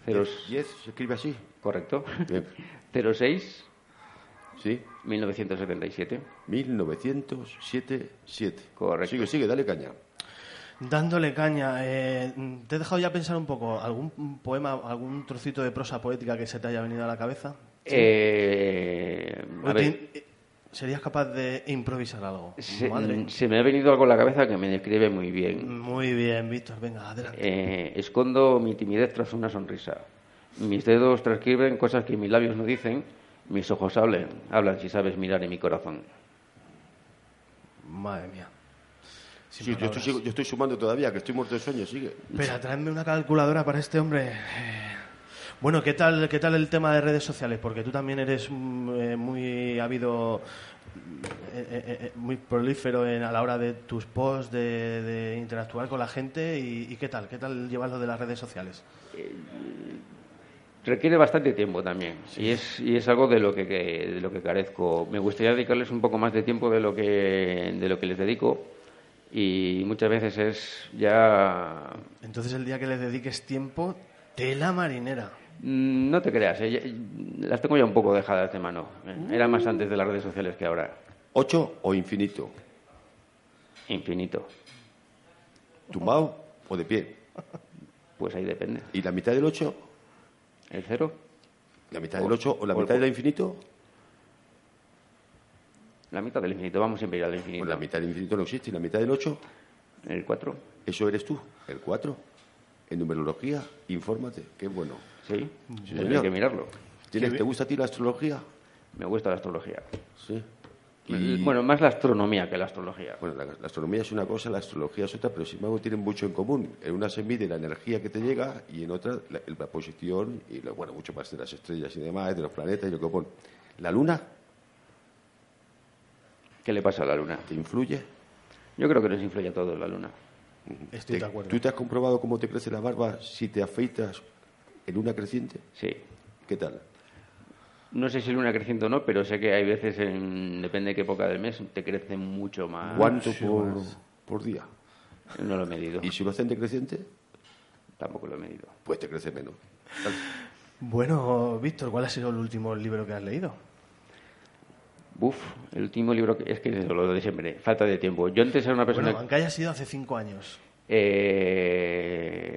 S3: cero-
S1: 10, se escribe así.
S3: correcto,
S1: Bien.
S3: 06,
S1: Sí,
S3: 1977.
S1: 1907, 7.
S3: Correcto.
S1: Sigue, sigue, dale caña.
S2: Dándole caña, eh, te he dejado ya pensar un poco, ¿algún poema, algún trocito de prosa poética que se te haya venido a la cabeza?
S3: Eh, a
S2: Hoy
S3: ver.
S2: te- eh, ¿Serías capaz de improvisar algo?
S3: Se, mm,
S1: mm,
S2: Madre. Mm.
S3: se me ha venido algo a la cabeza que me describe muy bien.
S2: Muy bien, Víctor, venga, adelante.
S3: Eh, escondo mi timidez tras una sonrisa. Mis dedos transcriben cosas que mis labios no dicen. Mis ojos hablan, hablan si sabes mirar en mi corazón.
S2: Madre mía. Sin
S1: Sí, yo,
S2: palabras.
S1: estoy, sigo- yo estoy sumando todavía, que estoy muerto de sueño, sigue.
S2: Espera, tráeme una calculadora para este hombre. Eh, Bueno, ¿qué tal, qué tal el tema de redes sociales? Porque tú también eres mm, eh, muy habido, eh, eh, eh, muy prolífero en, a la hora de tus posts, de, de interactuar con la gente. Y, y qué tal? ¿Qué tal llevas lo de las redes sociales?
S3: Requiere bastante tiempo también y, es, y es algo de lo que, que- de lo que carezco. Me gustaría dedicarles un poco más de tiempo de lo que, de lo que les dedico y muchas veces es ya
S2: Entonces, el día que le dediques tiempo, Tela marinera.
S3: Mm, No te creas, eh, ya- las tengo ya un poco dejadas de mano. eh. Era más antes de las redes sociales que ahora.
S1: ¿Ocho o infinito?
S3: Infinito.
S1: ¿Tumbado o de pie?
S3: Pues ahí depende.
S1: ¿Y la mitad del ocho?
S3: ¿El cero?
S1: ¿La mitad del ocho o la mitad del infinito?
S3: La mitad del infinito. Vamos siempre a ir al infinito.
S1: Pues la mitad del infinito no existe. ¿Y la mitad del ocho?
S3: ¿El cuatro?
S1: Eso eres tú, el cuatro. En numerología, infórmate, qué bueno.
S3: Sí. Tendré
S1: señor.
S3: que mirarlo.
S1: ¿Tienes-
S2: Qué
S1: ¿Te
S2: bi-
S1: gusta a ti la astrología?
S3: Me gusta la astrología.
S1: Sí.
S3: El- Bueno, más la astronomía que la astrología.
S1: Bueno, la, la astronomía es una cosa, la astrología es otra, pero sin embargo tienen mucho en común. En una se mide la energía que te llega y en otra la, la posición y, lo- bueno, mucho más de las estrellas y demás, de los planetas y lo que opone. ¿La luna
S3: ¿Qué le pasa a la luna?
S1: te influye?
S3: Yo creo que nos influye a todos la luna.
S2: Estoy
S1: Te-
S2: de acuerdo.
S1: ¿Tú te has comprobado cómo te crece la barba si te afeitas en una creciente?
S3: Sí.
S1: ¿Qué tal?
S3: No sé si luna creciente o no, pero sé que hay veces, en, depende de qué época del mes, te crece mucho Ah, más.
S1: ¿Cuánto por, por día?
S3: No lo he medido.
S1: ¿Y si lo hacen decreciente?
S3: Tampoco lo he medido.
S1: Pues te crece menos.
S2: Bueno, Víctor, ¿cuál ha sido el último libro que has leído?
S3: Buf, el último libro que es que es eso, lo de siempre, falta de tiempo. Yo antes era una persona.
S2: Bueno, aunque haya sido hace cinco años.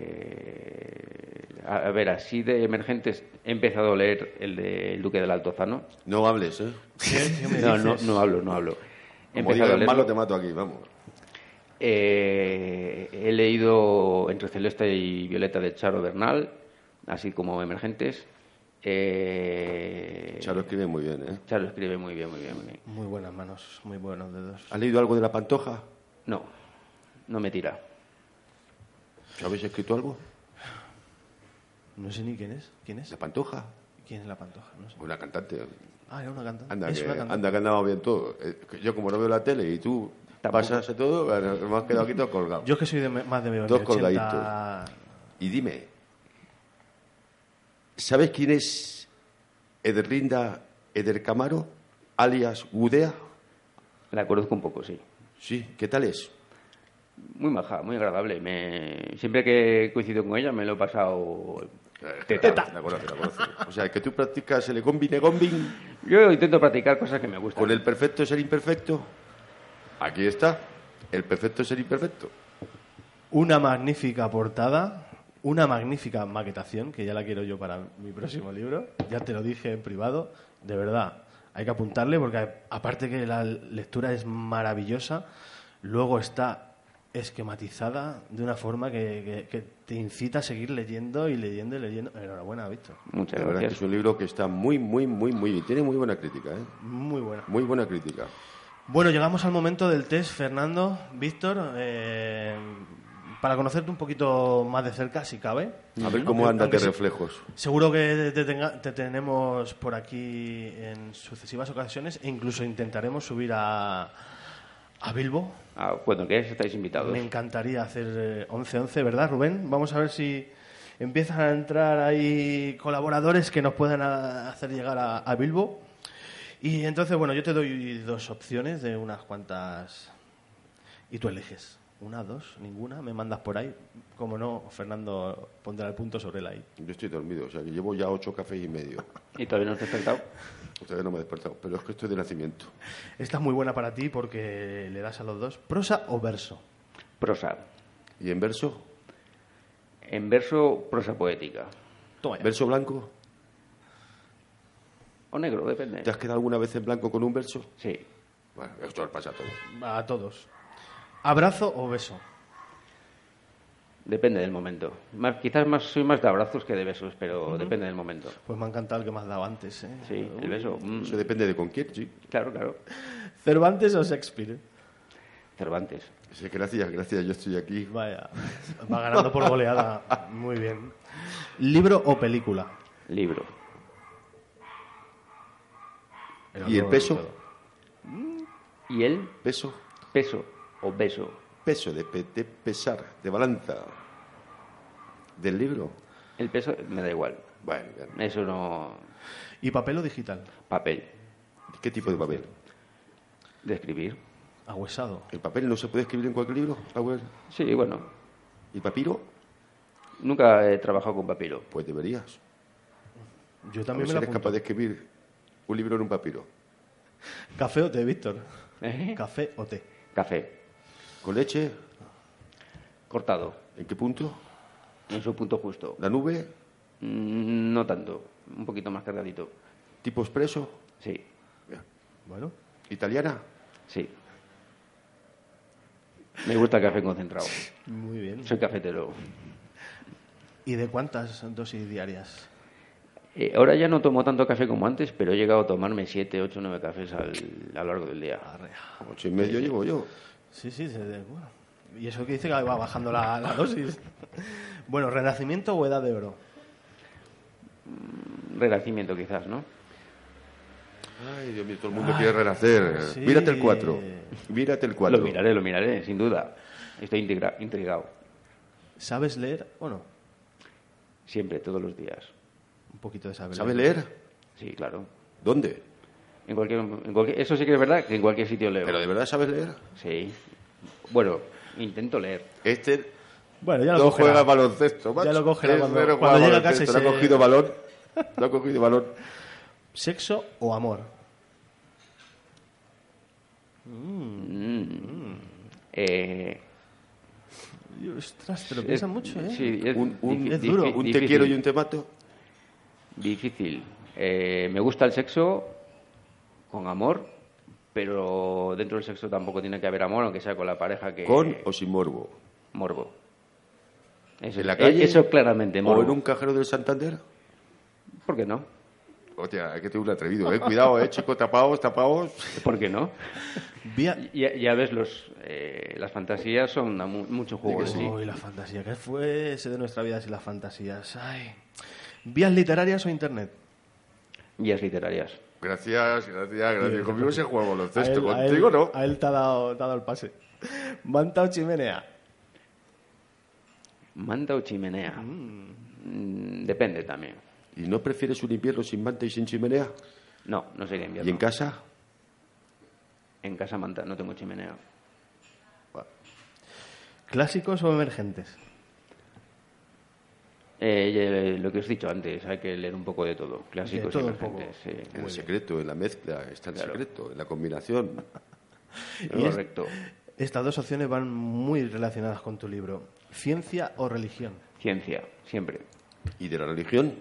S3: eh, a, a ver, así de emergentes he empezado a leer el de El Duque del Altozano.
S1: No hables, ¿eh?
S2: ¿Qué, qué me
S3: No, no,
S2: dices?
S3: no hablo, no hablo. He
S1: Como
S3: empezado a
S1: digas malo,
S3: leerlo.
S1: te mato aquí, vamos.
S3: Eh, he leído Entre Celeste y Violeta de Charo Bernal, así como emergentes. Eh,
S1: Charo escribe muy bien, ¿eh?
S3: Charo escribe muy bien, muy bien, muy bien.
S2: Muy buenas manos, muy buenos dedos.
S1: ¿Has leído algo de la pantoja?
S3: No, no me tira.
S1: ¿Habéis escrito algo?
S2: No sé ni quién es. ¿Quién es?
S1: ¿La pantoja?
S2: ¿Quién es la pantoja? No sé.
S1: Una cantante.
S2: Ah, era una cantante.
S1: Anda,
S2: Es
S1: que,
S2: una cantante.
S1: anda, que andamos bien todo. Eh, que Yo, como no veo la tele y tú
S3: Tampoco.
S1: pasas todo, bueno, hemos quedado aquí todos colgados.
S2: Yo es que soy de me- más de
S1: Dos
S2: 80...
S1: Y dime, ¿sabes quién es Ederlinda Edercamaro, alias Gudea?
S3: La conozco un poco, sí.
S1: Sí, ¿qué tal es?
S3: Muy maja, muy agradable. Me... Siempre que coincido con ella me lo he pasado. Teta.
S1: Eh, La conoce, la conoce. O sea, que tú practicas el combine combin
S3: Yo intento practicar cosas que me gustan.
S1: con el perfecto ser imperfecto. Aquí está, el perfecto ser imperfecto.
S2: Una magnífica portada, una magnífica maquetación, que ya la quiero yo para mi próximo libro. Ya te lo dije en privado. De verdad, hay que apuntarle porque a- aparte que la lectura es maravillosa, luego está esquematizada de una forma que, que- que te incita a seguir leyendo y leyendo y leyendo. Enhorabuena, Víctor.
S3: Muchas
S1: La verdad que es
S3: gracias.
S1: un libro que está muy, muy, muy, muy bien. Tiene muy buena crítica, ¿eh?
S2: Muy buena.
S1: Muy buena crítica.
S2: Bueno, llegamos al momento del test, Fernando, Víctor. eh, para conocerte un poquito más de cerca, si cabe.
S1: A ver cómo
S2: Aunque-
S1: andan
S2: aunque
S1: de
S2: se-
S1: reflejos.
S2: Seguro que te, tenga- te tenemos por aquí en sucesivas ocasiones e incluso intentaremos subir a, a Bilbo.
S3: Ah, cuando queráis estáis invitados.
S2: Me encantaría hacer eh, 11-11, ¿verdad, Rubén? Vamos a ver si empiezan a entrar ahí colaboradores que nos puedan a- hacer llegar a, a Bilbo. Y entonces, bueno, yo te doy dos opciones de unas cuantas y tú eliges. Una, dos, ninguna, me mandas por ahí. Como no, Fernando pondrá el punto sobre la I.
S1: Yo estoy dormido, o sea, que llevo ya ocho cafés y medio.
S3: Y todavía no os he despertado.
S1: Todavía no me he despertado, pero es que estoy de nacimiento.
S2: Esta es muy buena para ti porque le das a los dos. ¿Prosa o verso?
S3: Prosa.
S1: ¿Y en verso?
S3: En verso, prosa poética.
S2: Toma ya.
S1: ¿Verso blanco?
S3: O negro, depende.
S1: ¿Te has quedado alguna vez en blanco con un verso?
S3: Sí.
S1: Bueno, esto le pasa a todo.
S2: A todos. ¿Abrazo o beso?
S3: Depende del momento. Más, quizás más soy más de abrazos que de besos, pero depende del momento.
S2: Pues me ha encantado el que me has dado antes. ¿eh?
S3: Sí, el beso. mm,
S1: Eso depende de con quién, sí.
S3: claro, claro.
S2: ¿Cervantes o Shakespeare?
S3: Cervantes.
S1: Sí, Gracias, gracias, yo estoy aquí.
S2: Vaya, va ganando por goleada. Muy bien. ¿Libro o película?
S3: Libro.
S1: ¿Y el peso?
S3: ¿Y el
S1: Peso,
S3: peso o beso?
S1: peso, de, pe- de pesar, de balanza. ¿Del libro?
S3: El peso me da igual.
S1: Bueno, bien.
S3: Eso no.
S2: ¿Y papel o digital?
S3: Papel.
S1: ¿qué tipo de papel?
S3: De escribir.
S2: Ahuesado.
S1: ¿El papel no se puede escribir en cualquier libro? Ah, bueno.
S3: Sí, bueno.
S1: ¿Y papiro?
S3: Nunca he trabajado con papiro.
S1: Pues deberías.
S2: Yo
S1: A ver
S2: también
S1: si
S2: me lo
S1: eres
S2: apunto.
S1: capaz de escribir un libro en un papiro.
S2: Café o té, Víctor.
S3: ¿Eh?
S2: Café o té.
S3: Café,
S1: ¿Con leche?
S3: cortado,
S1: ¿En qué punto?
S3: en su punto justo.
S1: ¿La nube?
S3: Mm, No tanto, un poquito más cargadito.
S1: ¿Tipo expreso?
S3: Sí,
S2: Bueno,
S1: ¿Italiana?
S3: sí. Me gusta el café concentrado.
S2: muy bien.
S3: Soy cafetero.
S2: ¿Y de cuántas dosis diarias?
S3: Eh, ahora ya no tomo tanto café como antes, pero he llegado a tomarme 7, 8, 9 cafés al, a lo largo del día.
S1: Ocho y medio llevo yo.
S2: Sí, sí, se- de- bueno. Y eso que dice que va bajando la, la dosis. bueno, ¿renacimiento o edad de oro?
S3: Renacimiento quizás, ¿no?
S1: Ay, Dios mío, todo el mundo quiere renacer.
S2: sí.
S1: Mírate el 4. Ah, Mírate el 4.
S3: Lo miraré, lo miraré, sin duda. Estoy intriga- intrigado.
S2: ¿Sabes leer o no?
S3: Siempre, todos los días.
S2: Un poquito de saber.
S1: ¿Sabe leer?
S3: Sí, claro.
S1: ¿Dónde?
S3: En cualquier, en cualquier- eso sí que es verdad, que en cualquier sitio leo.
S1: ¿Pero de verdad sabes leer?
S3: Sí. Bueno, intento leer.
S1: Este
S2: Bueno, ya lo
S1: no
S2: cogerá.
S1: juega baloncesto, macho.
S2: Ya lo cogerá
S1: Es
S2: cuando-
S1: cero
S2: cuando
S1: juega
S2: llegue a casa y
S1: baloncesto. No ha
S2: se-
S1: cogido balón. No ha cogido balón.
S2: ¿Sexo o amor?
S3: Eh,
S2: Y, Ostras, te lo piensan
S3: es-
S2: mucho, ¿eh?
S3: Sí, es,
S1: Un, un-
S3: difi-
S2: es duro.
S3: difi-
S1: un te
S3: difícil,
S1: quiero y un te mato.
S3: Difícil. Eh, me gusta el sexo con amor, pero dentro del sexo tampoco tiene que haber amor, aunque sea con la pareja que...
S1: Con o sin morbo.
S3: Morbo. Eso, eh,
S1: ¿En la calle?
S3: Eso claramente, morbo.
S1: O en un cajero del Santander.
S3: ¿Por qué no?
S1: Hostia, es que te un atrevido, eh. Cuidado, eh, chico, tapaos, tapaos.
S3: ¿Por qué no?
S2: Vía-
S3: Ya, ya ves, los, eh, las fantasías son a mu- mucho juego. en sí.
S2: Uy, la fantasía. ¿Qué fuese de nuestra vida sin las fantasías? Ay. ¿Vías literarias o internet?
S3: Guías literarias.
S1: Gracias, gracias, gracias. Conmigo se juega
S2: A
S1: baloncesto,
S2: él- a él-
S1: contigo no.
S2: A él te ha dado, te ha dado el pase. Manta o chimenea.
S3: Manta o chimenea. Mm, Depende también.
S1: ¿Y no prefieres un invierno sin manta y sin chimenea?
S3: No, no sería invierno.
S1: ¿Y en casa?
S3: En casa manta, no tengo chimenea.
S2: ¿Clásicos o emergentes?
S3: Eh, y, eh, lo que os he dicho antes, hay que leer un poco de todo. Clásicos
S2: todo
S3: y
S2: un poco. Pues,
S3: emergentes, eh, sí.
S1: En el secreto, en la mezcla, está el secreto, en la combinación.
S2: Y es-
S3: Correcto.
S2: Estas dos opciones van muy relacionadas con tu libro. ¿Ciencia o religión?
S3: Ciencia, siempre.
S1: ¿Y de la religión?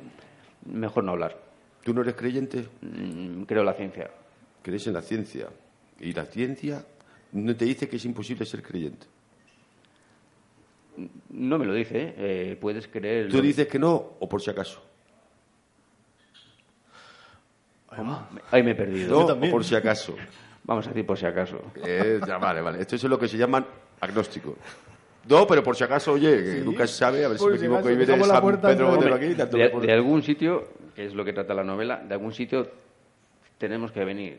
S3: Mejor no hablar.
S1: ¿Tú no eres creyente?
S3: Mm, Creo la ciencia.
S1: Crees en la ciencia. Y la ciencia no te dice que es imposible ser creyente.
S3: No me lo dice, ¿eh? Eh, puedes creer.
S1: Tú
S3: lo-
S1: dices que no, o por si acaso. "Ah".
S3: Ahí me he perdido.
S1: No, o por si acaso.
S3: Vamos a decir por si acaso.
S1: Eh, ya, vale, vale. Esto es lo que se llaman agnóstico. No, pero por si acaso, oye, que nunca se sabe, a ver si
S2: Por
S1: me
S2: si
S1: equivoco
S2: acaso,
S1: y viene
S2: dejamos la
S1: San
S2: puerta
S1: Pedro
S2: entre-
S1: Botero aquí. tanto
S3: de,
S1: que por-
S3: de algún sitio, que es lo que trata la novela, de algún sitio tenemos que venir,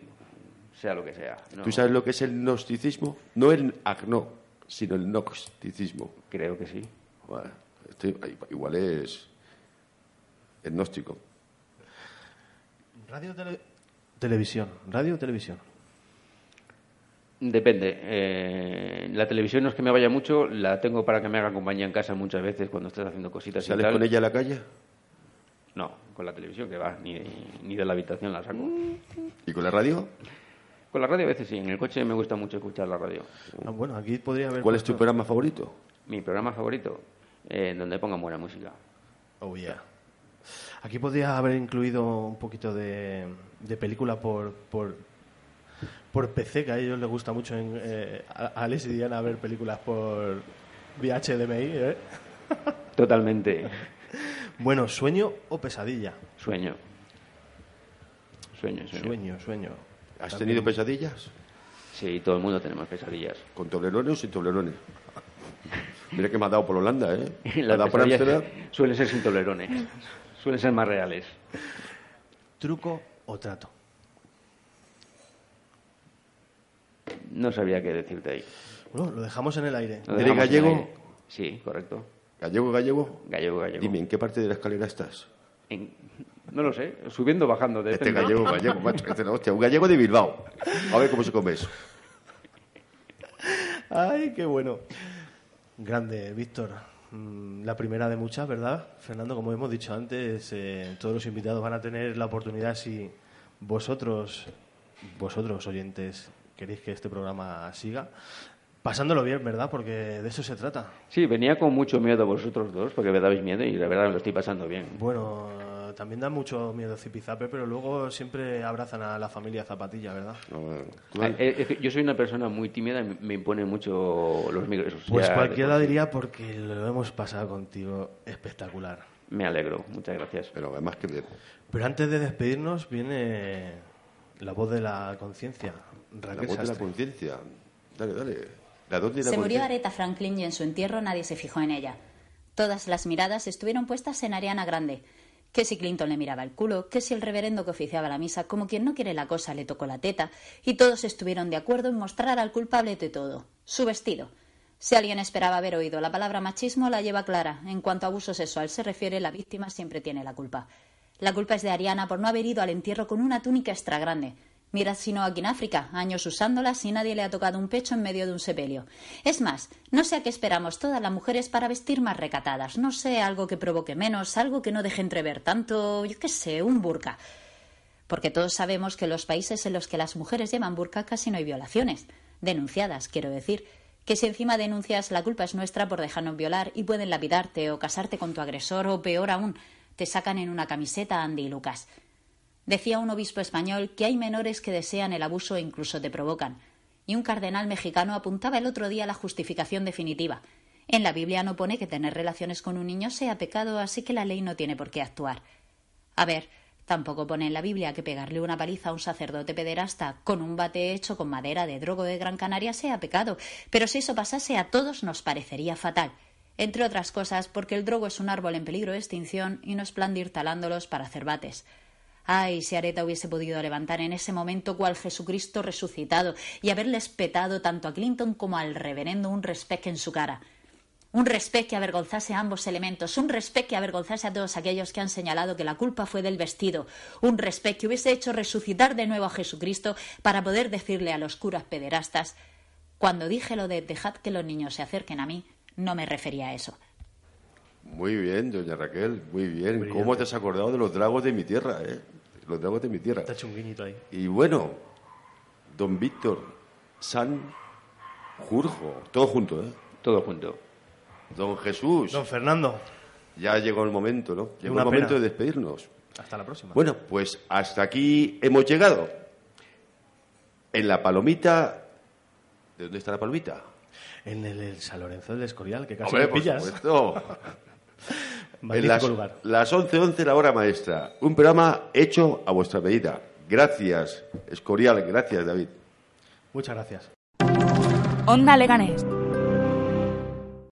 S3: sea lo que sea. ¿no?
S1: ¿Tú sabes lo que es el gnosticismo? No el agno, sino el gnosticismo.
S3: Creo que sí.
S1: Bueno, estoy- igual es el gnóstico.
S2: Radio tele- televisión. Radio televisión.
S3: Depende. eh, la televisión no es que me vaya mucho, la tengo para que me haga compañía en casa muchas veces cuando estás haciendo cositas y
S1: ¿Sales
S3: tal.
S1: con ella a la calle?
S3: No, con la televisión que va, ni, ni de la habitación la saco.
S1: ¿Y con la radio?
S3: Con la radio a veces sí, en el coche me gusta mucho escuchar la radio.
S2: Ah, bueno, aquí podría haber...
S1: ¿Cuál es tu
S2: puesto-
S1: programa favorito?
S3: Mi programa favorito, eh, donde pongan buena música.
S2: Oh, yeah. Aquí podría haber incluido un poquito de, de película por, por, por PC, que a ellos les gusta mucho en, eh, a a Alex y Diana ver películas por VHDMI. ¿eh?
S3: Totalmente.
S2: Bueno, ¿sueño o pesadilla?
S3: Sueño. Sueño, sueño.
S2: Sueño, sueño.
S1: ¿Has tenido pesadillas?
S3: Sí, todo el mundo tenemos pesadillas.
S1: ¿Con toblerones o sin toblerones? Mira que me ha dado por Holanda, ¿eh? Me ha
S3: Las
S1: dado por
S3: pesadillas
S1: Ámsterdam.
S3: suelen ser sin tolerones, suelen ser más reales.
S2: ¿Truco o trato?
S3: No sabía qué decirte ahí.
S2: Bueno, lo dejamos en el aire.
S3: Lo
S1: ¿Eres
S3: dejamos en
S1: gallego?
S3: el aire. Sí, correcto.
S1: ¿Gallego, gallego?
S3: Gallego, gallego.
S1: Dime, ¿en qué parte de la escalera estás?
S3: En- No lo sé, subiendo o bajando.
S1: Este
S3: depende.
S1: gallego, gallego, macho, este no, hostia, un gallego de Bilbao. A ver cómo se come eso.
S2: Ay, qué bueno. Grande, Víctor. mm, la primera de muchas, ¿verdad? Fernando, como hemos dicho antes, eh, todos los invitados van a tener la oportunidad si vosotros, vosotros oyentes, queréis que este programa siga. Pasándolo bien, ¿verdad? Porque de eso se trata.
S3: Sí, venía con mucho miedo vosotros dos, porque me dabais miedo y la verdad me lo estoy pasando bien.
S2: Bueno, también da mucho miedo Zipizape, pero luego siempre abrazan a la familia Zapatilla, ¿verdad?
S1: No, tú-
S3: Ah, eh, es que yo soy una persona muy tímida, y me imponen mucho los micros.
S2: Pues
S3: ya de
S2: cualquiera
S3: por sí.
S2: diría porque lo hemos pasado contigo espectacular.
S3: Me alegro, muchas gracias.
S1: Pero además que
S2: Pero antes de despedirnos viene la voz de la conciencia.
S1: la
S2: Raquel
S1: voz de la
S2: Sastre.
S1: conciencia. Dale, dale. La voz de la
S5: Se murió
S1: conciencia.
S5: Aretha Franklin y en su entierro nadie se fijó en ella. Todas las miradas estuvieron puestas en Ariana Grande. Que si Clinton le miraba el culo, que si el reverendo que oficiaba la misa, como quien no quiere la cosa, le tocó la teta, y todos estuvieron de acuerdo en mostrar al culpable de todo, su vestido. Si alguien esperaba haber oído la palabra machismo, la lleva clara. En cuanto a abuso sexual se refiere, la víctima siempre tiene la culpa. La culpa es de Ariana por no haber ido al entierro con una túnica extra grande. Mirad si no aquí en África, años usándola si nadie le ha tocado un pecho en medio de un sepelio. Es más, no sé a qué esperamos todas las mujeres para vestir más recatadas, no sé algo que provoque menos, algo que no deje entrever tanto, yo qué sé, un burka. Porque todos sabemos que en los países en los que las mujeres llevan burka casi no hay violaciones. Denunciadas, quiero decir. Que si encima denuncias, la culpa es nuestra por dejarnos violar y pueden lapidarte o casarte con tu agresor o peor aún, te sacan en una camiseta Andy y Lucas. Decía un obispo español que hay menores que desean el abuso e incluso te provocan. Y un cardenal mexicano apuntaba el otro día la justificación definitiva. En la Biblia no pone que tener relaciones con un niño sea pecado, así que la ley no tiene por qué actuar. A ver, tampoco pone en la Biblia que pegarle una paliza a un sacerdote pederasta con un bate hecho con madera de drogo de Gran Canaria sea pecado, pero si eso pasase a todos nos parecería fatal. Entre otras cosas, porque el drogo es un árbol en peligro de extinción y no es plan de ir talándolos para hacer bates. Ay, si Areta hubiese podido levantar en ese momento cual Jesucristo resucitado y haberles petado tanto a Clinton como al reverendo un respeque en su cara. Un respeto que avergonzase a ambos elementos, un respeto que avergonzase a todos aquellos que han señalado que la culpa fue del vestido, un respeto que hubiese hecho resucitar de nuevo a Jesucristo para poder decirle a los curas pederastas, cuando dije lo de dejad que los niños se acerquen a mí, no me refería a eso.
S1: Muy bien, doña Raquel, muy bien. ¿Cómo te has acordado de los dragos de mi tierra, eh? Los dragos de mi tierra.
S2: Te ha hecho un guiñito ahí.
S1: Y bueno, don Víctor San Jurjo, todo junto, ¿eh?
S3: Todo junto.
S1: Don Jesús,
S2: Don Fernando,
S1: ya llegó el momento, ¿no? Llegó
S2: Una
S1: el momento
S2: pena.
S1: de despedirnos.
S2: hasta la próxima.
S1: Bueno, pues hasta aquí hemos llegado. En la palomita... ¿De dónde está la palomita?
S2: En el, el San Lorenzo del Escorial, que casi
S1: Hombre,
S2: me
S1: por
S2: pillas.
S1: supuesto.
S2: Magnífico
S1: En las,
S2: lugar.
S1: las 11.11 la hora maestra. Un programa hecho a vuestra medida. Gracias, Escorial. Gracias, David.
S2: Muchas gracias.
S6: Onda Leganés.